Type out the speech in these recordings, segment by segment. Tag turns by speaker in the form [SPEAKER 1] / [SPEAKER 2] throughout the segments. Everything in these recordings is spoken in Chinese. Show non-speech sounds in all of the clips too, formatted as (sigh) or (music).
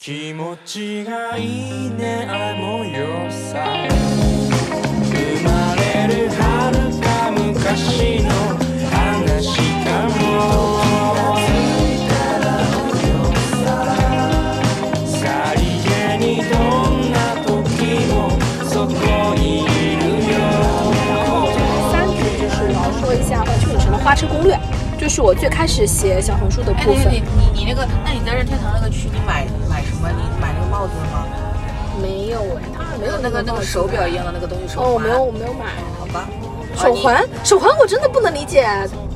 [SPEAKER 1] 気持ちがいいね愛もよさ生まれる遥か昔の話かもさりげにどんな時もそこにいるよ
[SPEAKER 2] 三句就是老说一下环呃球影城的花车攻略，就是我最开始写小红书的
[SPEAKER 3] 哎，
[SPEAKER 2] 部
[SPEAKER 3] 对对
[SPEAKER 2] 分
[SPEAKER 3] 对，。你你那个，那你在任天堂那个区，你买买什么？你买那个帽子了吗？
[SPEAKER 2] 没有哎，他们没有
[SPEAKER 3] 那个那
[SPEAKER 2] 帽
[SPEAKER 3] 个
[SPEAKER 2] 子
[SPEAKER 3] 手表一样的那个东西手环。
[SPEAKER 2] 哦，我没有，我没有买。
[SPEAKER 3] 好吧。
[SPEAKER 2] 手
[SPEAKER 3] 啊，
[SPEAKER 2] 环，手环我真的不能理解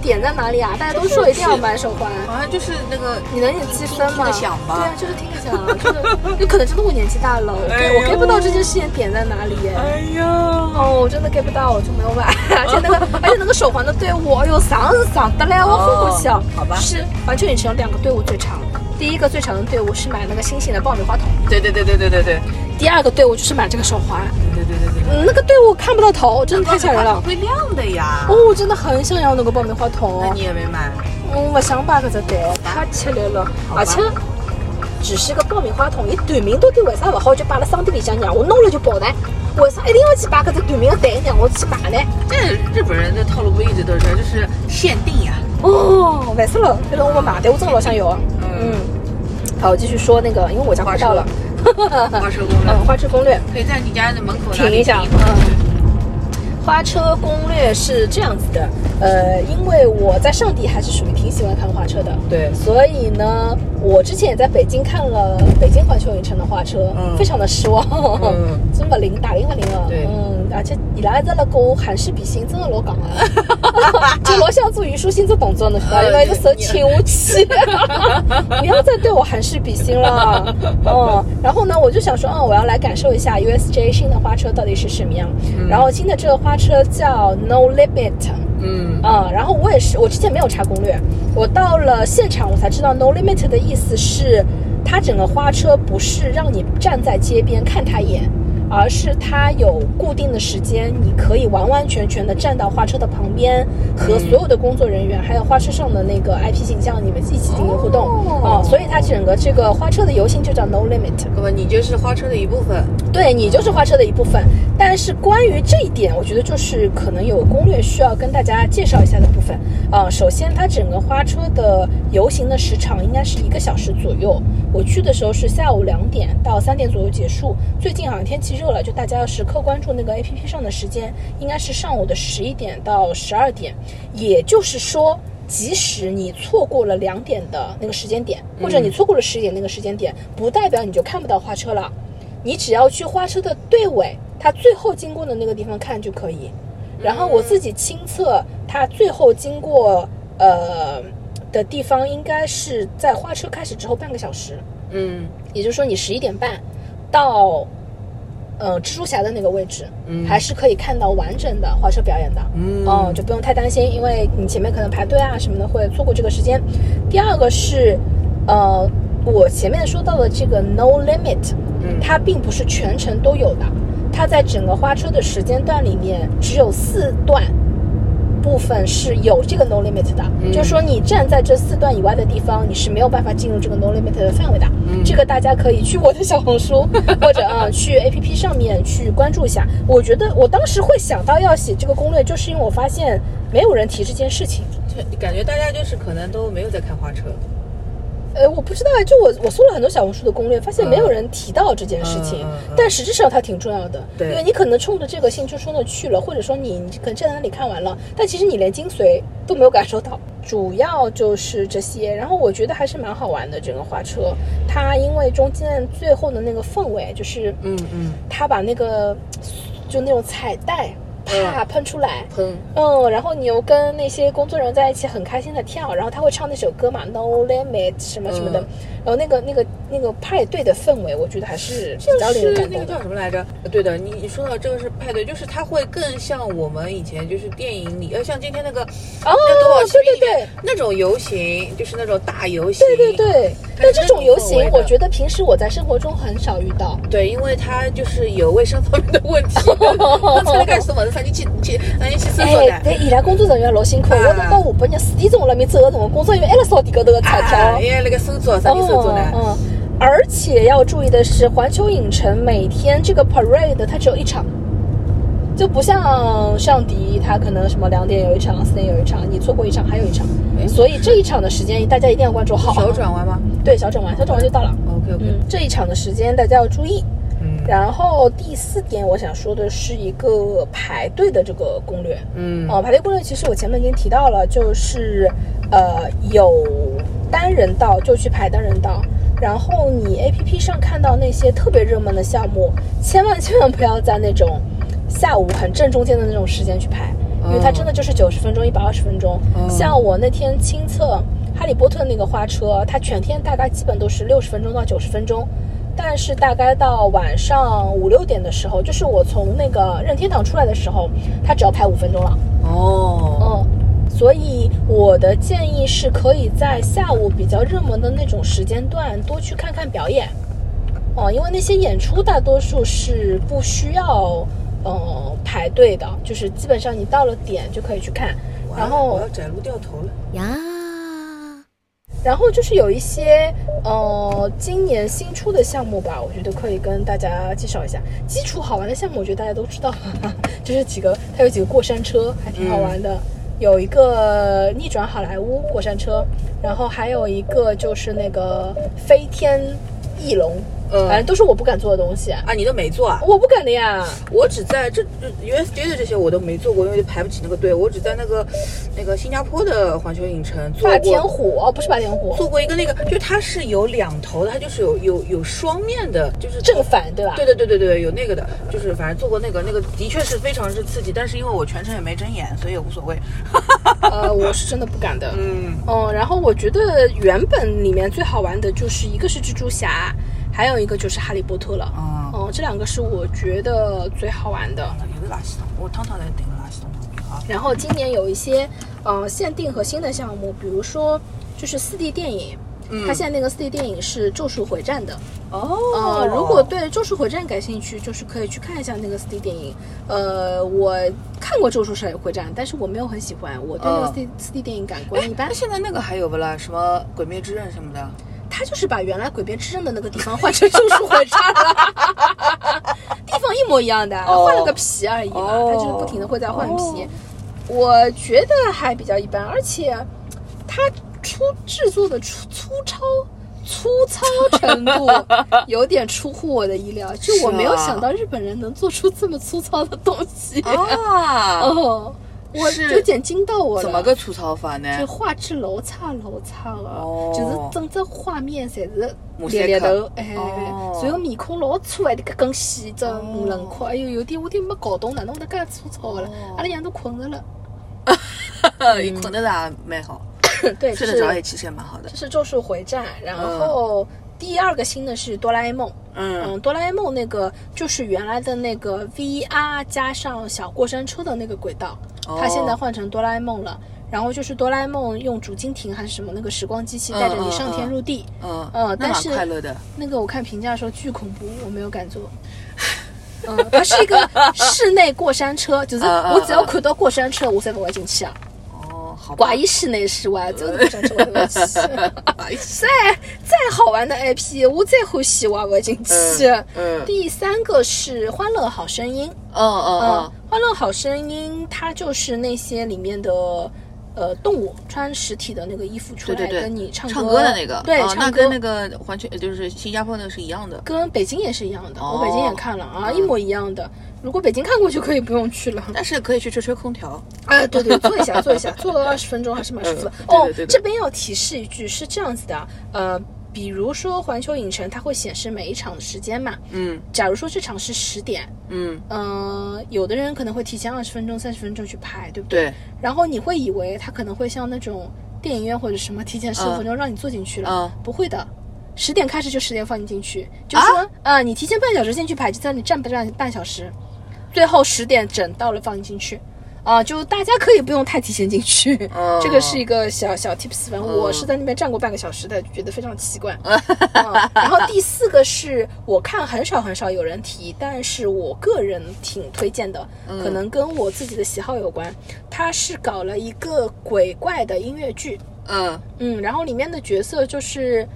[SPEAKER 2] 点在哪里啊！大家都说一定要买手环，
[SPEAKER 3] 你好像就是那个
[SPEAKER 2] 你能有积分
[SPEAKER 3] 听
[SPEAKER 2] 吗？
[SPEAKER 3] 个响吧
[SPEAKER 2] 对啊，就是听个响， (laughs) 就是就可能真的我年纪大 (laughs) 了，我 get 我 get 不到这件事情点在哪里耶。
[SPEAKER 3] 哎呀，
[SPEAKER 2] 哦，我真的 get 不到，我就没有买。 (laughs) 而且那个，而且那个手环的队伍，哎呦，嗓子嗓的嘞，我吼吼笑
[SPEAKER 3] 哦。好吧
[SPEAKER 2] 啊是环球影城有两个队伍最长，第一个最长的队伍是买那个星星的爆米花筒，
[SPEAKER 3] 对对对对对对对
[SPEAKER 2] 第二个队伍就是买这个手环。
[SPEAKER 3] 对对对对。
[SPEAKER 2] 嗯，那个队伍看不到头，真的太吓人了。
[SPEAKER 3] 会亮的呀。
[SPEAKER 2] 哦，我真的很想要那个爆米花
[SPEAKER 3] 那
[SPEAKER 2] 筒
[SPEAKER 3] 你。也没买？
[SPEAKER 2] 嗯，我想把搿只蛋太吃力了，而且只是个爆米花筒，伊短命到底为啥勿好就摆辣商店里向让我弄了就跑呢？为啥一定要去摆搿只短命的蛋让我去买呢？
[SPEAKER 3] 这日本人的套路不一直都是这样，就是限定呀。
[SPEAKER 2] 哦，烦死了！这个我没买，但我真的老想要啊。嗯，好，我继续说那个，因为我家快到了。
[SPEAKER 3] 花车公
[SPEAKER 2] 嗯，
[SPEAKER 3] 了，
[SPEAKER 2] 花车攻略，
[SPEAKER 3] 可以在你家的门口
[SPEAKER 2] 停一下。
[SPEAKER 3] 嗯
[SPEAKER 2] 嗯，花车攻略是这样子的，呃，因为我在上地还是属于挺喜欢看花车的。
[SPEAKER 3] 对，
[SPEAKER 2] 所以呢，我之前也在北京看了北京环球影城的花车，
[SPEAKER 3] 嗯
[SPEAKER 2] 非常的失望，
[SPEAKER 3] 嗯
[SPEAKER 2] 真不灵，打零不灵了。
[SPEAKER 3] 对
[SPEAKER 2] 嗯，而且伊拉一直辣跟我韩式比心，真的老戆啊，就老想做虞书欣这动作，侬晓得伐？
[SPEAKER 3] 嗯
[SPEAKER 2] 伊拉一个手请我去， (laughs) 不要再对我韩式比心了。嗯，然后呢，我就想说，嗯，我要来感受一下 USJ 新的花车到底是什么样。然后新的这个花车叫 No Limit。
[SPEAKER 3] 嗯，
[SPEAKER 2] 嗯，然后我也是，我之前没有查攻略，我到了现场我才知道 “no limit” 的意思是，它整个花车不是让你站在街边看它一眼，而是它有固定的时间，你可以完完全全的站到花车的旁边，
[SPEAKER 3] 嗯
[SPEAKER 2] 和所有的工作人员、还有花车上的那个 IP 形象你们一起进行互动啊、
[SPEAKER 3] 哦
[SPEAKER 2] 所以它整个这个花车的游行就叫 “no limit”。
[SPEAKER 3] 那么你就是花车的一部分。
[SPEAKER 2] 对你就是花车的一部分。但是关于这一点，我觉得就是可能有攻略需要跟大家介绍一下的部分。呃，首先它整个花车的游行的时长应该是一个小时左右。我去的时候是下午两点到三点左右结束。最近好像天气热了，就大家要时刻关注那个 APP 上的时间，应该是上午的十一点到十二点。也就是说。即使你错过了两点的那个时间点，或者你错过了十点那个时间点，不代表你就看不到花车了。你只要去花车的队尾，它最后经过的那个地方看就可以。然后我自己亲测，它最后经过呃的地方应该是在花车开始之后半个小时，
[SPEAKER 3] 嗯
[SPEAKER 2] 也就是说你十一点半到呃蜘蛛侠的那个位置，
[SPEAKER 3] 嗯
[SPEAKER 2] 还是可以看到完整的花车表演的。
[SPEAKER 3] 嗯
[SPEAKER 2] 嗯，就不用太担心，因为你前面可能排队啊什么的会错过这个时间。第二个是，呃，我前面说到的这个 no limit，
[SPEAKER 3] 嗯
[SPEAKER 2] 它并不是全程都有的，它在整个花车的时间段里面只有四段。部分是有这个 no limit 的，
[SPEAKER 3] 嗯
[SPEAKER 2] 就是说你站在这四段以外的地方，你是没有办法进入这个 no limit 的范围的。
[SPEAKER 3] 嗯
[SPEAKER 2] 这个大家可以去我的小红
[SPEAKER 3] (laughs)
[SPEAKER 2] 书或者啊、去 A P P 上面去关注一下。我觉得我当时会想到要写这个攻略，就是因为我发现没有人提这件事情。
[SPEAKER 3] 就感觉大家就是可能都没有在看花车。
[SPEAKER 2] 呃，我不知道啊，就我我搜了很多小红书的攻略，发现
[SPEAKER 3] 嗯
[SPEAKER 2] 没有人提到这件事情，
[SPEAKER 3] 嗯嗯嗯
[SPEAKER 2] 但实质上它挺重要的，
[SPEAKER 3] 对
[SPEAKER 2] 因为你可能冲着这个兴冲冲的去了，或者说你你可能站在那里看完了，但其实你连精髓都没有感受到。主要就是这些，然后我觉得还是蛮好玩的。整个花车，它因为中间最后的那个氛围，就是
[SPEAKER 3] 嗯嗯，
[SPEAKER 2] 它把那个就那种彩带啪
[SPEAKER 3] 嗯
[SPEAKER 2] 喷出来，
[SPEAKER 3] 喷。
[SPEAKER 2] 嗯，然后你又跟那些工作人员在一起很开心的跳，然后他会唱那首歌嘛，No Limit 什么什么的，
[SPEAKER 3] 嗯
[SPEAKER 2] 然后那个那个那个派对的氛围，我觉得还是比较
[SPEAKER 3] 就
[SPEAKER 2] 令人
[SPEAKER 3] 是
[SPEAKER 2] 感
[SPEAKER 3] 那
[SPEAKER 2] 动
[SPEAKER 3] 个
[SPEAKER 2] 的
[SPEAKER 3] 叫。什么来着？呃对的，你你说到这个是派对，就是它会更像我们以前就是电影里，呃，像今天那个
[SPEAKER 2] 哦
[SPEAKER 3] 那夺宝奇兵
[SPEAKER 2] 对
[SPEAKER 3] 里
[SPEAKER 2] 对
[SPEAKER 3] 面那种游行，就是那种大游行。
[SPEAKER 2] 对对对，
[SPEAKER 3] 它
[SPEAKER 2] 但
[SPEAKER 3] 是
[SPEAKER 2] 这
[SPEAKER 3] 那
[SPEAKER 2] 种
[SPEAKER 3] 种
[SPEAKER 2] 游
[SPEAKER 3] 氛
[SPEAKER 2] 行
[SPEAKER 3] 围，
[SPEAKER 2] 我
[SPEAKER 3] 的
[SPEAKER 2] 觉得平时我在生活中很少遇到。
[SPEAKER 3] 对，因为它就是有卫生方面的问题。
[SPEAKER 2] (laughs)
[SPEAKER 3] 那才来干什么？那才去去，去那去厕所
[SPEAKER 2] 哎，
[SPEAKER 3] 的。啊
[SPEAKER 2] 对，伊拉工作人员老辛苦，我等到下半日四点钟了，面走的辰光，工作人员还辣扫地高头的彩条
[SPEAKER 3] 哎啊，。因为那个搜索，啥地搜索呢？
[SPEAKER 2] 嗯，嗯而且要注意的是，环球影城每天这个 parade 它只有一场，就不像上迪，它可能什么两点有一场，四点有一场，你错过一场还有一场
[SPEAKER 3] 诶。
[SPEAKER 2] 所以这一场的时间大家一定要关注好。
[SPEAKER 3] 小转弯吗哦
[SPEAKER 2] 对小转弯，小转弯就到了。
[SPEAKER 3] ？OK OK，
[SPEAKER 2] 嗯，这一场的时间大家要注意。
[SPEAKER 3] 嗯
[SPEAKER 2] 然后第四点，我想说的是一个排队的这个攻略。
[SPEAKER 3] 嗯
[SPEAKER 2] 哦，排队攻略其实我前面已经提到了，就是呃有单人道就去排单人道，然后你 A P P 上看到那些特别热门的项目，千万千万不要在那种下午很正中间的那种时间去排，因为它
[SPEAKER 3] 哦
[SPEAKER 2] 真的就是九十分钟、一百二十分钟。
[SPEAKER 3] 哦
[SPEAKER 2] 像我那天亲测哈利波特那个花车，它全天大概基本都是六十分钟到九十分钟。但是大概到晚上五六点的时候，就是我从那个任天堂出来的时候，它只要排五分钟了。
[SPEAKER 3] 哦，
[SPEAKER 2] 嗯，所以我的建议是可以在下午比较热门的那种时间段多去看看表演，哦，因为那些演出大多数是不需要呃排队的，就是基本上你到了点就可以去看。
[SPEAKER 3] 完了
[SPEAKER 2] 然后
[SPEAKER 3] 我要窄路掉头了。
[SPEAKER 4] 呀，
[SPEAKER 2] 然后就是有一些呃今年新出的项目吧，我觉得可以跟大家介绍一下。基础好玩的项目，我觉得大家都知道， (laughs) 就是几个，它有几个过山车，还挺好玩的。有一个逆转好莱坞过山车，然后还有一个就是那个飞天翼龙，
[SPEAKER 3] 嗯
[SPEAKER 2] 反正都是我不敢做的东西，
[SPEAKER 3] 啊，你都没做啊？
[SPEAKER 2] 我不敢的呀。
[SPEAKER 3] 我只在这这 USJ 的这些我都没做过，因为排不起那个队。我只在那个那个新加坡的环球影城做
[SPEAKER 2] 霸天
[SPEAKER 3] 过。
[SPEAKER 2] 虎哦，不是霸天虎，
[SPEAKER 3] 做过一个那个，就它是有两头的，它就是有有有双面的，就是
[SPEAKER 2] 正反对吧？
[SPEAKER 3] 对对对对对，有那个的，就是反正做过那个，那个的确是非常之刺激，但是因为我全程也没睁眼，所以也无所谓。
[SPEAKER 2] 呃，我是真的不敢的。
[SPEAKER 3] 嗯，
[SPEAKER 2] 嗯，然后我觉得原本里面最好玩的就是一个是蜘蛛侠，还有一个就是哈利波特了。
[SPEAKER 3] 啊、
[SPEAKER 2] 嗯，这两个是我觉得最好玩的。
[SPEAKER 3] 有个垃圾桶，我趟趟来顶个垃圾桶旁边啊。
[SPEAKER 2] 然后今年有一些呃限定和新的项目，比如说就是四 D 电影，它现在那个四 D 电影是《咒术回战》的。
[SPEAKER 3] 哦
[SPEAKER 2] 呃，如果对《咒术回战》感兴趣，就是可以去看一下那个 4D 电影。呃，我看过《咒术回战》，但是我没有很喜欢，我对那个
[SPEAKER 3] 哦
[SPEAKER 2] 4D 4D 电影感官一般
[SPEAKER 3] 哎那。现在那个还有不啦？什么《鬼灭之刃》什么的？
[SPEAKER 2] 他就是把原来诡辩之刃的那个地方换成咒术回战了，地方一模一样的，
[SPEAKER 3] 哦
[SPEAKER 2] 换了个皮而已嘛。
[SPEAKER 3] 哦
[SPEAKER 2] 他就是不停的会在换皮
[SPEAKER 3] 哦，
[SPEAKER 2] 我觉得还比较一般，而且他出制作的粗粗糙。粗糙程
[SPEAKER 3] (laughs)
[SPEAKER 2] 度有点出乎我的意料，就我没有
[SPEAKER 3] 是吗
[SPEAKER 2] 想到日本人能做出这么粗糙的东西。
[SPEAKER 3] 啊，
[SPEAKER 2] 哦，我
[SPEAKER 3] 是
[SPEAKER 2] 有点惊到我了。
[SPEAKER 3] 怎么个粗糙法呢？
[SPEAKER 2] 就画质老差老差
[SPEAKER 3] 哎哦
[SPEAKER 2] 个，就是整只画面侪是
[SPEAKER 3] 模式
[SPEAKER 2] 裂裂头，哎，
[SPEAKER 3] 哦
[SPEAKER 2] 然后面孔老粗，还得搿根细，只轮廓，哎呦，有点我点没搞懂，哪能会得介粗糙个了
[SPEAKER 3] 哦？
[SPEAKER 2] 阿拉爷都困
[SPEAKER 3] (laughs)
[SPEAKER 2] 着了，
[SPEAKER 3] 你困得着蛮好，
[SPEAKER 2] 对，
[SPEAKER 3] 睡
[SPEAKER 2] 这
[SPEAKER 3] 嗯得着也
[SPEAKER 2] 嗯是
[SPEAKER 3] 其实也蛮好的
[SPEAKER 2] 这。是《咒术回战》，然后第二个新的是《哆啦 A 梦》。
[SPEAKER 3] 嗯
[SPEAKER 2] 嗯，哆啦 A 梦那个就是原来的那个 VR 加上小过山车的那个轨道，
[SPEAKER 3] 哦
[SPEAKER 2] 它现在换成哆啦 A 梦了。然后就是哆啦 A 梦用竹蜻蜓还是什么那个时光机器带着你上天入地，
[SPEAKER 3] 嗯
[SPEAKER 2] 嗯
[SPEAKER 3] 那
[SPEAKER 2] 但
[SPEAKER 3] 蛮
[SPEAKER 2] 是
[SPEAKER 3] 快乐的。
[SPEAKER 2] 那个我看评价说巨恐怖，我没有敢坐。 (laughs) 嗯，它是一个室内过山车，就是
[SPEAKER 3] 嗯嗯
[SPEAKER 2] 我只要看到过山车，我才不会进去啊。
[SPEAKER 3] 哦，好吧
[SPEAKER 2] 怪一室内室外，这个过山车我才不会进
[SPEAKER 3] (laughs)
[SPEAKER 2] 去。
[SPEAKER 3] 怪一
[SPEAKER 2] 再再好玩的 IP，我再欢喜我也不会进去。
[SPEAKER 3] 嗯
[SPEAKER 2] (laughs)
[SPEAKER 3] 嗯
[SPEAKER 2] 第三个是《欢乐好声音》，
[SPEAKER 3] 嗯嗯
[SPEAKER 2] 嗯，《欢乐好声音》它就是那些里面的呃动物穿实体的那个衣服出
[SPEAKER 3] 对
[SPEAKER 2] 来
[SPEAKER 3] 对对，
[SPEAKER 2] 跟你唱
[SPEAKER 3] 唱
[SPEAKER 2] 歌
[SPEAKER 3] 歌的那个，
[SPEAKER 2] 对，
[SPEAKER 3] 哦
[SPEAKER 2] 唱歌
[SPEAKER 3] 那跟那个环球就是新加坡那个是一样的。
[SPEAKER 2] 跟北京也是一样的，
[SPEAKER 3] 哦
[SPEAKER 2] 我北京也看了啊，
[SPEAKER 3] 嗯
[SPEAKER 2] 一模一样的。如果北京看过就可以不用去了。
[SPEAKER 3] 但是可以去吹吹空调，
[SPEAKER 2] (laughs) 哎，对对，坐一下，坐一下，坐个二十分钟还是蛮舒服的。
[SPEAKER 3] 嗯
[SPEAKER 2] 哦
[SPEAKER 3] 对对对，对
[SPEAKER 2] 这边要提示一句，是这样子的，呃，比如说环球影城，它会显示每一场的时间嘛。
[SPEAKER 3] 嗯
[SPEAKER 2] 假如说这场是十点，
[SPEAKER 3] 嗯，
[SPEAKER 2] 嗯、有的人可能会提前二十分钟、三十分钟去排，对不对？
[SPEAKER 3] 对，
[SPEAKER 2] 然后你会以为它可能会像那种电影院或者什么提前十五
[SPEAKER 3] 嗯
[SPEAKER 2] 分钟让你坐进去了，
[SPEAKER 3] 嗯
[SPEAKER 2] 不会的。十点开始就十点放你进去，就是说，啊、你提前半小时进去排，就在你站不站半小时，最后十点整到了放你进去，啊、就大家可以不用太提前进去，
[SPEAKER 3] 嗯
[SPEAKER 2] 这个是一个小小 tips，反正我
[SPEAKER 3] 嗯
[SPEAKER 2] 是在那边站过半个小时的，觉得非常
[SPEAKER 3] (laughs)
[SPEAKER 2] 奇怪。嗯然后第四个是我看很少很少有人提，但是我个人挺推荐的，
[SPEAKER 3] 嗯
[SPEAKER 2] 可能跟我自己的喜好有关。他是搞了一个鬼怪的音乐剧，
[SPEAKER 3] 嗯
[SPEAKER 2] 嗯，然后里面的角色就是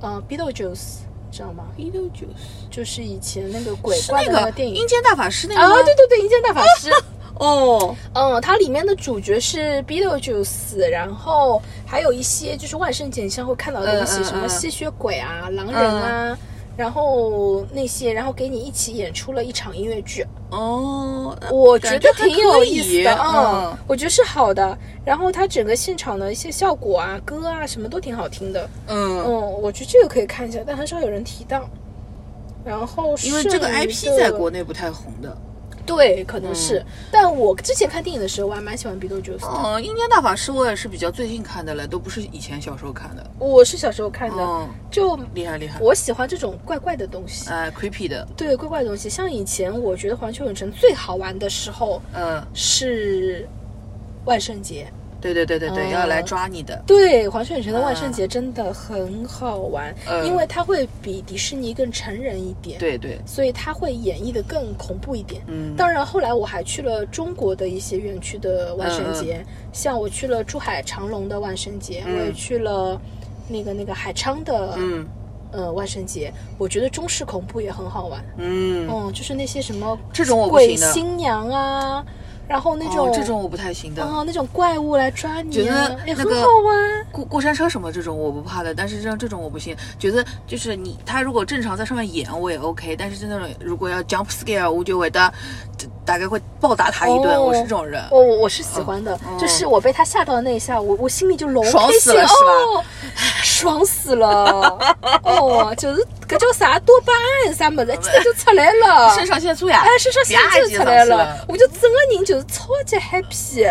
[SPEAKER 2] 呃 Beetlejuice，知道吗？
[SPEAKER 3] 一六九四
[SPEAKER 2] 就是以前那个鬼
[SPEAKER 3] 是
[SPEAKER 2] 怪
[SPEAKER 3] 那
[SPEAKER 2] 的那
[SPEAKER 3] 个
[SPEAKER 2] 个电影
[SPEAKER 3] 阴间大法师那个
[SPEAKER 2] 啊，
[SPEAKER 3] 吗
[SPEAKER 2] 对对对，《银剑大法师》。
[SPEAKER 3] 哦，
[SPEAKER 2] 嗯，它里面的主角是 Beetlejuice，然后还有一些就是万圣节你像会看到的东西，
[SPEAKER 3] 嗯嗯
[SPEAKER 2] 什么
[SPEAKER 3] 嗯
[SPEAKER 2] 吸血鬼啊、狼人啊，然后那些，然后给你一起演出了一场音乐剧，
[SPEAKER 3] 哦，那
[SPEAKER 2] 我觉得
[SPEAKER 3] 感还
[SPEAKER 2] 挺有
[SPEAKER 3] 可
[SPEAKER 2] 意思
[SPEAKER 3] 以
[SPEAKER 2] 的，
[SPEAKER 3] 嗯，
[SPEAKER 2] 我觉得是好的。然后它整个现场的一些效果啊、歌啊什么都挺好听的，
[SPEAKER 3] 嗯，
[SPEAKER 2] 嗯，我觉得这个可以看一下，但很少有人提到。然后
[SPEAKER 3] 因为这个
[SPEAKER 2] 剩余
[SPEAKER 3] IP
[SPEAKER 2] 的
[SPEAKER 3] 在国嗯内不太红的。
[SPEAKER 2] 对，可能是，但我之前看电影的时候，我还蛮喜欢 Beetlejuice 的。
[SPEAKER 3] 嗯，阴间大法师我也是比较最近看的了，都不是以前小时候看的。
[SPEAKER 2] 我是小时候看的，
[SPEAKER 3] 嗯，
[SPEAKER 2] 就
[SPEAKER 3] 厉害厉害，
[SPEAKER 2] 我喜欢这种怪怪的东西，
[SPEAKER 3] 哎，creepy 的，
[SPEAKER 2] 对怪怪的东西。像以前我觉得环球影城最好玩的时候
[SPEAKER 3] 嗯，
[SPEAKER 2] 是万圣节，
[SPEAKER 3] 对对对对对，
[SPEAKER 2] 嗯
[SPEAKER 3] 要来抓你的，
[SPEAKER 2] 对环球影城的万圣节真的很好玩，
[SPEAKER 3] 啊嗯
[SPEAKER 2] 因为它会比迪士尼更成人一点，，
[SPEAKER 3] 对对，
[SPEAKER 2] 所以它会演绎的更恐怖一点。
[SPEAKER 3] 嗯，
[SPEAKER 2] 当然，后来我还去了中国的一些园区的万圣节，像我去了珠海长隆的万圣节，
[SPEAKER 3] 嗯
[SPEAKER 2] 我也去了那个那个海昌的、
[SPEAKER 3] 嗯
[SPEAKER 2] 呃万圣节。我觉得中式恐怖也很好玩，
[SPEAKER 3] 嗯，
[SPEAKER 2] 嗯，就是那些什么
[SPEAKER 3] 这种我不
[SPEAKER 2] 鬼
[SPEAKER 3] 行的，
[SPEAKER 2] 新娘啊，然后那种、
[SPEAKER 3] 哦这种我不太行的。
[SPEAKER 2] 啊、那种怪物来抓
[SPEAKER 3] 觉
[SPEAKER 2] 你啊
[SPEAKER 3] 得，
[SPEAKER 2] 也
[SPEAKER 3] 那
[SPEAKER 2] 很
[SPEAKER 3] 个
[SPEAKER 2] 好玩。
[SPEAKER 3] 过过山车什么这种我不怕的，但是像这种我不行。觉得就是你他如果正常在上面演我也 OK，但是真的如果要 jump scare，我就会大大概会暴打他一顿。
[SPEAKER 2] 哦
[SPEAKER 3] 我是这种人，
[SPEAKER 2] 我我我是喜欢的，
[SPEAKER 3] 嗯
[SPEAKER 2] 就是我被他吓到的那一下，我我心里就龙
[SPEAKER 3] 爽
[SPEAKER 2] 开
[SPEAKER 3] 死
[SPEAKER 2] 心
[SPEAKER 3] 了是吧
[SPEAKER 2] 哦，爽死了，哦，就是搿叫啥多巴胺啥
[SPEAKER 3] (laughs)
[SPEAKER 2] 么子，一记头就出来了，
[SPEAKER 3] 肾上腺素呀，
[SPEAKER 2] 哎，身上腺
[SPEAKER 3] 别
[SPEAKER 2] 就
[SPEAKER 3] 急
[SPEAKER 2] 出来
[SPEAKER 3] 上
[SPEAKER 2] 了
[SPEAKER 3] 次，
[SPEAKER 2] 我就整个人就是超级 (laughs) happy，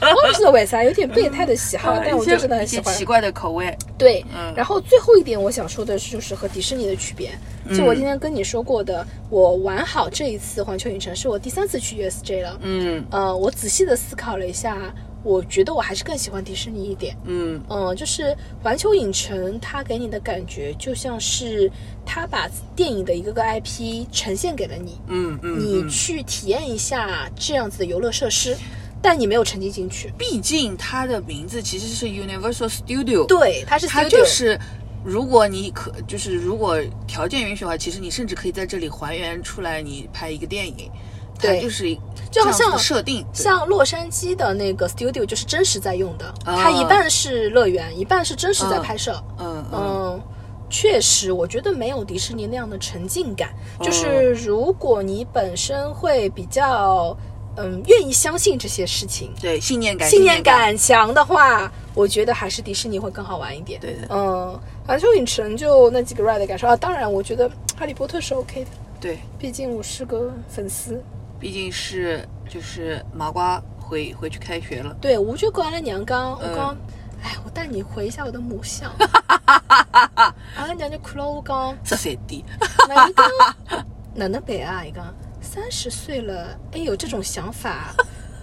[SPEAKER 2] 我不知道为啥，有点变态的喜好，
[SPEAKER 3] 啊
[SPEAKER 2] 但哎我
[SPEAKER 3] 一些
[SPEAKER 2] 就真的很
[SPEAKER 3] 一些
[SPEAKER 2] 喜欢
[SPEAKER 3] 奇。怪的口味，
[SPEAKER 2] 对，
[SPEAKER 3] 嗯
[SPEAKER 2] 然后最后一点我想说的是，就是和迪士尼的区别。就
[SPEAKER 3] 嗯
[SPEAKER 2] 我今天跟你说过的，我玩好这一次环球影城，是我第三次去 USJ 了。
[SPEAKER 3] 嗯
[SPEAKER 2] 呃，我仔细的思考了一下，我觉得我还是更喜欢迪士尼一点。
[SPEAKER 3] 嗯
[SPEAKER 2] 嗯，就是环球影城，它给你的感觉就像是它把电影的一个个 IP 呈现给了你，
[SPEAKER 3] 嗯嗯，
[SPEAKER 2] 你
[SPEAKER 3] 嗯
[SPEAKER 2] 去体验一下这样子的游乐设施，但你没有沉浸进去。
[SPEAKER 3] 毕竟它的名字其实是 Universal Studio，
[SPEAKER 2] 对，它是
[SPEAKER 3] 它
[SPEAKER 2] studio
[SPEAKER 3] 就是，如果你可就是如果条件允许的话，其实你甚至可以在这里还原出来你拍一个电影，它
[SPEAKER 2] 对
[SPEAKER 3] 就是一
[SPEAKER 2] 就好
[SPEAKER 3] 这样子
[SPEAKER 2] 像
[SPEAKER 3] 的设定，对
[SPEAKER 2] 像洛杉矶的那个 studio 就是真实在用的，
[SPEAKER 3] 啊
[SPEAKER 2] 它一半是乐园，一半是真实在
[SPEAKER 3] 嗯
[SPEAKER 2] 拍摄。
[SPEAKER 3] 嗯嗯
[SPEAKER 2] 嗯，确实，我觉得没有迪士尼那样的沉浸感。
[SPEAKER 3] 啊
[SPEAKER 2] 就是如果你本身会比较，嗯，愿意相信这些事情，
[SPEAKER 3] 对信念感，
[SPEAKER 2] 信
[SPEAKER 3] 念
[SPEAKER 2] 念，感强的话，我觉得还是迪士尼会更好玩一点。
[SPEAKER 3] 对的嗯
[SPEAKER 2] 嗯，环球影城就那几个 ride 的感受啊，当然，我觉得哈利波特是 OK 的，
[SPEAKER 3] 对，
[SPEAKER 2] 毕竟我是个粉丝。
[SPEAKER 3] 毕竟是就是麻瓜回回去开学了，
[SPEAKER 2] 对，我就过阿拉娘讲，我
[SPEAKER 3] 嗯
[SPEAKER 2] 讲，哎，我带你回一下我的母
[SPEAKER 3] (laughs)
[SPEAKER 2] 校。阿拉娘就看了我讲，
[SPEAKER 3] 十三点，
[SPEAKER 2] 那伊讲 (laughs) 哪能办啊？伊讲三十岁了还有这种想法，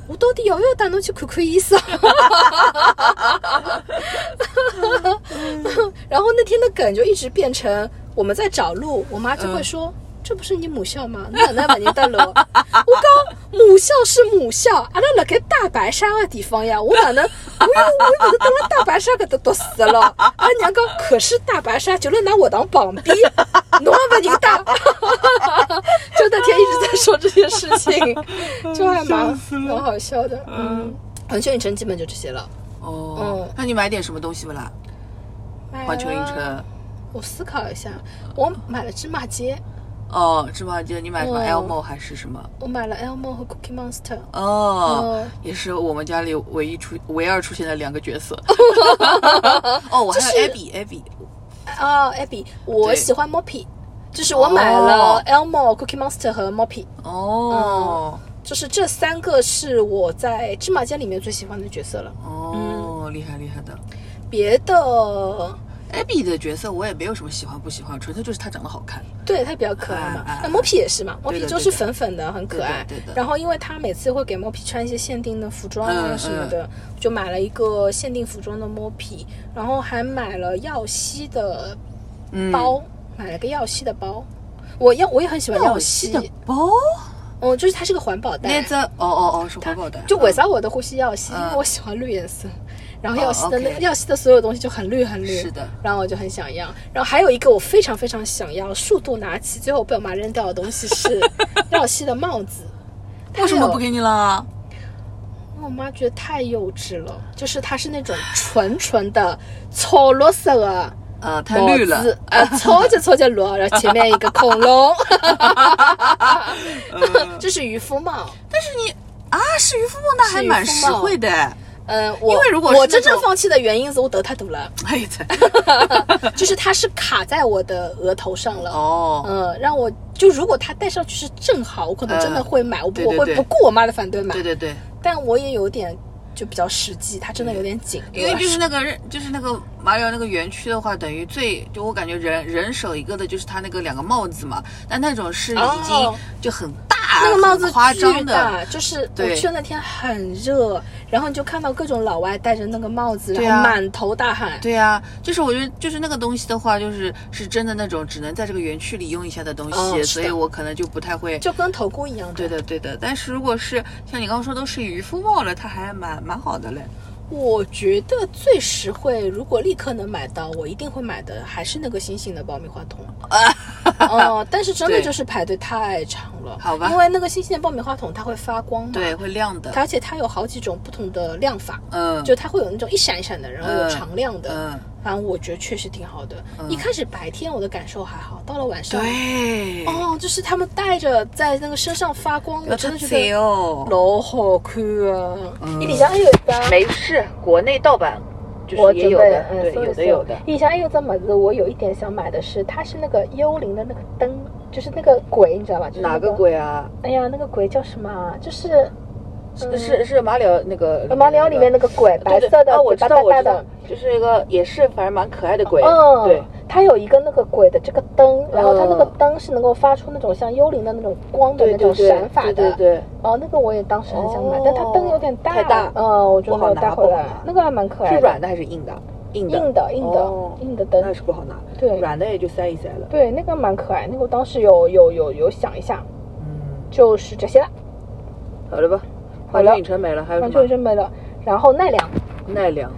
[SPEAKER 2] 我到底要不要带侬去看看医生？ (laughs) 然后那天的梗就一直变成我们在找路，我妈就会说。这不是你母校吗？你哪能把人带路？我讲母校是母校，阿拉辣盖大白鲨个地方呀，我 (laughs) 哪能？我又我又不是到了大白鲨搿搭读书的咯？阿拉娘讲，可是大白鲨就辣㑚学堂旁
[SPEAKER 3] (laughs)
[SPEAKER 2] 边，侬也勿认得。就那天一直在说这些事
[SPEAKER 3] (laughs)
[SPEAKER 2] 情，就还蛮蛮好笑的。嗯，环球影城基本就这些了。
[SPEAKER 3] 哦
[SPEAKER 2] 嗯，呃
[SPEAKER 3] 那你买点什么东西不啦？环球影城，
[SPEAKER 2] 啊我思考了一下，我买了芝麻街，
[SPEAKER 3] 哦，芝麻街，你买什么
[SPEAKER 2] 嗯
[SPEAKER 3] Elmo 还是什么？
[SPEAKER 2] 我买了 Elmo 和 Cookie Monster。
[SPEAKER 3] 哦
[SPEAKER 2] 嗯，
[SPEAKER 3] 也是我们家里唯一出唯二出现的两个角色。 (laughs) 哦，我
[SPEAKER 2] 就
[SPEAKER 3] 还有
[SPEAKER 2] 是
[SPEAKER 3] Abby Abby，
[SPEAKER 2] 哦，Abby，我
[SPEAKER 3] 对
[SPEAKER 2] 喜欢 Moppy，就是我买了
[SPEAKER 3] 哦
[SPEAKER 2] Elmo、Cookie Monster 和 Moppy，
[SPEAKER 3] 哦
[SPEAKER 2] 就是这三个是我在芝麻街里面最喜欢的角色了。
[SPEAKER 3] 哦，厉害厉害的。
[SPEAKER 2] 别的，
[SPEAKER 3] Abby 的角色我也没有什么喜欢不喜欢，纯粹就是她长得好看。
[SPEAKER 2] 对，它比较可爱嘛
[SPEAKER 3] 哎哎。
[SPEAKER 2] 那 Moppy 也是嘛
[SPEAKER 3] 对
[SPEAKER 2] ，Moppy
[SPEAKER 3] 的
[SPEAKER 2] 就是
[SPEAKER 3] 对的
[SPEAKER 2] 粉粉的，很可爱
[SPEAKER 3] 对的对的。
[SPEAKER 2] 然后因为他每次会给 Moppy 穿一些限定的服装
[SPEAKER 3] 嗯
[SPEAKER 2] 啊
[SPEAKER 3] 嗯
[SPEAKER 2] 什么的，就买了一个限定服装的 Moppy，然后还买了耀西的
[SPEAKER 3] 嗯，
[SPEAKER 2] 包，买了个耀西的包。我要我也很喜欢
[SPEAKER 3] 耀
[SPEAKER 2] 西
[SPEAKER 3] 西的包，
[SPEAKER 2] 嗯，就是它是个环保袋
[SPEAKER 3] 那。只哦哦哦是环保的，
[SPEAKER 2] 就为
[SPEAKER 3] 嗯
[SPEAKER 2] 啥我的呼吸要吸？因
[SPEAKER 3] 嗯
[SPEAKER 2] 为我喜欢绿颜色。然后耀西的
[SPEAKER 3] 哦
[SPEAKER 2] 那、
[SPEAKER 3] ，OK
[SPEAKER 2] 耀西的所有东西就很绿很绿，
[SPEAKER 3] 是的，
[SPEAKER 2] 然后我就很想要。然后还有一个我非常非常想要，数度拿起，最后被我妈扔掉的东西
[SPEAKER 3] (laughs)
[SPEAKER 2] 是耀西的帽子。它
[SPEAKER 3] 为什么
[SPEAKER 2] 有
[SPEAKER 3] 不给你了？
[SPEAKER 2] 我妈觉得太幼稚了，就是它是那种纯纯的草绿色的
[SPEAKER 3] 呃，太
[SPEAKER 2] 帽
[SPEAKER 3] 绿了，
[SPEAKER 2] 子，呃，超级超级绿，然后前面一个恐
[SPEAKER 3] (laughs)
[SPEAKER 2] 龙， (laughs)
[SPEAKER 3] 嗯
[SPEAKER 2] 这是渔夫帽。
[SPEAKER 3] 啊，是渔夫帽，那还蛮实惠的。
[SPEAKER 2] 嗯，我
[SPEAKER 3] 因为如果是
[SPEAKER 2] 我
[SPEAKER 3] 那
[SPEAKER 2] 真
[SPEAKER 3] 种
[SPEAKER 2] 正放弃的原因是我得太堵
[SPEAKER 3] (laughs)
[SPEAKER 2] 了，
[SPEAKER 3] 哎呀，
[SPEAKER 2] 就是它是卡在我的额头上了。
[SPEAKER 3] 哦，
[SPEAKER 2] 嗯，让我就如果它戴上去是正好，我可能真的会买，我不
[SPEAKER 3] 啊对对
[SPEAKER 2] 我
[SPEAKER 3] 对
[SPEAKER 2] 会不顾我妈的反对买，
[SPEAKER 3] 对对对，
[SPEAKER 2] 但我也有点就比较实际，它真的有点紧，
[SPEAKER 3] 因为就是那个人，就是那个马里奥那个园区的话，等于最就我感觉人人手一个的就是他那个两个帽子嘛，但那种是已经
[SPEAKER 2] 哦
[SPEAKER 3] 就很大，
[SPEAKER 2] 那个帽子
[SPEAKER 3] 很夸
[SPEAKER 2] 巨
[SPEAKER 3] 张的。
[SPEAKER 2] 大，就是我
[SPEAKER 3] 对
[SPEAKER 2] 去的那天很热，然后你就看到各种老外戴着那个帽子，
[SPEAKER 3] 对
[SPEAKER 2] 然后
[SPEAKER 3] 啊
[SPEAKER 2] 满头大汗。
[SPEAKER 3] 对呀、就是我觉得就是那个东西的话，就是是真的那种只能在这个园区里用一下的东西，
[SPEAKER 2] 哦是的
[SPEAKER 3] 所以我可能就不太会。
[SPEAKER 2] 就跟头箍一样
[SPEAKER 3] 对的，对的。但是如果是像你刚刚说都是渔夫帽了，它还蛮蛮好的嘞。
[SPEAKER 2] 我觉得最实惠，如果立刻能买到，我一定会买的，还是那个星星的爆米花
[SPEAKER 3] (laughs)
[SPEAKER 2] 桶。哦、但是真的
[SPEAKER 3] 对
[SPEAKER 2] 就是排队太长了，
[SPEAKER 3] 好吧
[SPEAKER 2] 因为那个星星的爆米花桶它会发光嘛，
[SPEAKER 3] 对，会亮的
[SPEAKER 2] 它，而且它有好几种不同的亮法，
[SPEAKER 3] 嗯，
[SPEAKER 2] 就它会有那种一闪一闪的，然后有
[SPEAKER 3] 嗯
[SPEAKER 2] 常亮的，
[SPEAKER 3] 嗯，
[SPEAKER 2] 反正我觉得确实挺好的。
[SPEAKER 3] 嗯
[SPEAKER 2] 一开始白天我的感受还好，到了晚上，
[SPEAKER 3] 对，
[SPEAKER 2] 哦，就是他们带着在那个身上发光，我
[SPEAKER 3] 要
[SPEAKER 2] 真
[SPEAKER 3] 出
[SPEAKER 2] 的觉
[SPEAKER 3] 贼
[SPEAKER 2] 得
[SPEAKER 3] 哦。
[SPEAKER 2] 老好看啊！
[SPEAKER 3] 嗯
[SPEAKER 2] 伊里向还有一张，
[SPEAKER 3] 没事，国内盗版就
[SPEAKER 2] 我
[SPEAKER 3] 是也
[SPEAKER 2] 准
[SPEAKER 3] 有
[SPEAKER 2] 备
[SPEAKER 3] 的，
[SPEAKER 2] 嗯
[SPEAKER 3] 对，
[SPEAKER 2] 搜一
[SPEAKER 3] 有
[SPEAKER 2] 搜
[SPEAKER 3] 的有的。
[SPEAKER 2] 伊里向还有一张么子，我有一点想买的是，它是那个幽灵的那个灯，就是那个鬼，你知道吧？就是那
[SPEAKER 3] 哪个？鬼啊？
[SPEAKER 2] 哎呀，那个鬼叫什么啊？就是
[SPEAKER 3] 是是是马里奥那个
[SPEAKER 2] 嗯呃马里奥里面那
[SPEAKER 3] 那
[SPEAKER 2] 个鬼，
[SPEAKER 3] 个
[SPEAKER 2] 白
[SPEAKER 3] 对对
[SPEAKER 2] 色的
[SPEAKER 3] 啊，，我
[SPEAKER 2] 嘴
[SPEAKER 3] 知
[SPEAKER 2] 巴
[SPEAKER 3] 道
[SPEAKER 2] 大
[SPEAKER 3] 我
[SPEAKER 2] 大
[SPEAKER 3] 知
[SPEAKER 2] 的
[SPEAKER 3] 道。，就是一个也是反正蛮可爱的鬼，
[SPEAKER 2] 嗯，
[SPEAKER 3] 对，，
[SPEAKER 2] 它有一个那个鬼的这个灯，然后它那个
[SPEAKER 3] 嗯
[SPEAKER 2] 灯是能够发出那种像幽灵的那种光的
[SPEAKER 3] 对
[SPEAKER 2] 那种
[SPEAKER 3] 对
[SPEAKER 2] 闪法
[SPEAKER 3] 对
[SPEAKER 2] 的。
[SPEAKER 3] 对对，
[SPEAKER 2] 哦，那个我也当时很想买，但它灯有点大，
[SPEAKER 3] 太大
[SPEAKER 2] 嗯，我就
[SPEAKER 3] 不
[SPEAKER 2] 没
[SPEAKER 3] 好
[SPEAKER 2] 有
[SPEAKER 3] 拿
[SPEAKER 2] 带回
[SPEAKER 3] 不好
[SPEAKER 2] 来
[SPEAKER 3] 拿。
[SPEAKER 2] 那个还蛮可爱的，
[SPEAKER 3] 是软的还是硬的？硬的，
[SPEAKER 2] 硬的硬的、
[SPEAKER 3] 哦
[SPEAKER 2] 硬的
[SPEAKER 3] 那
[SPEAKER 2] 灯，
[SPEAKER 3] 是不好拿，
[SPEAKER 2] 对
[SPEAKER 3] 软的也就塞一塞了。
[SPEAKER 2] 对，那个蛮可爱。那个我当时有有有有想一下，
[SPEAKER 3] 嗯，
[SPEAKER 2] 就是这些了，
[SPEAKER 3] 好了吧，
[SPEAKER 2] 好
[SPEAKER 3] 环
[SPEAKER 2] 了
[SPEAKER 3] 球影城没了，还有
[SPEAKER 2] 然后
[SPEAKER 3] 什
[SPEAKER 2] 就
[SPEAKER 3] 么
[SPEAKER 2] 真没了。然后奈良，
[SPEAKER 3] 奈良？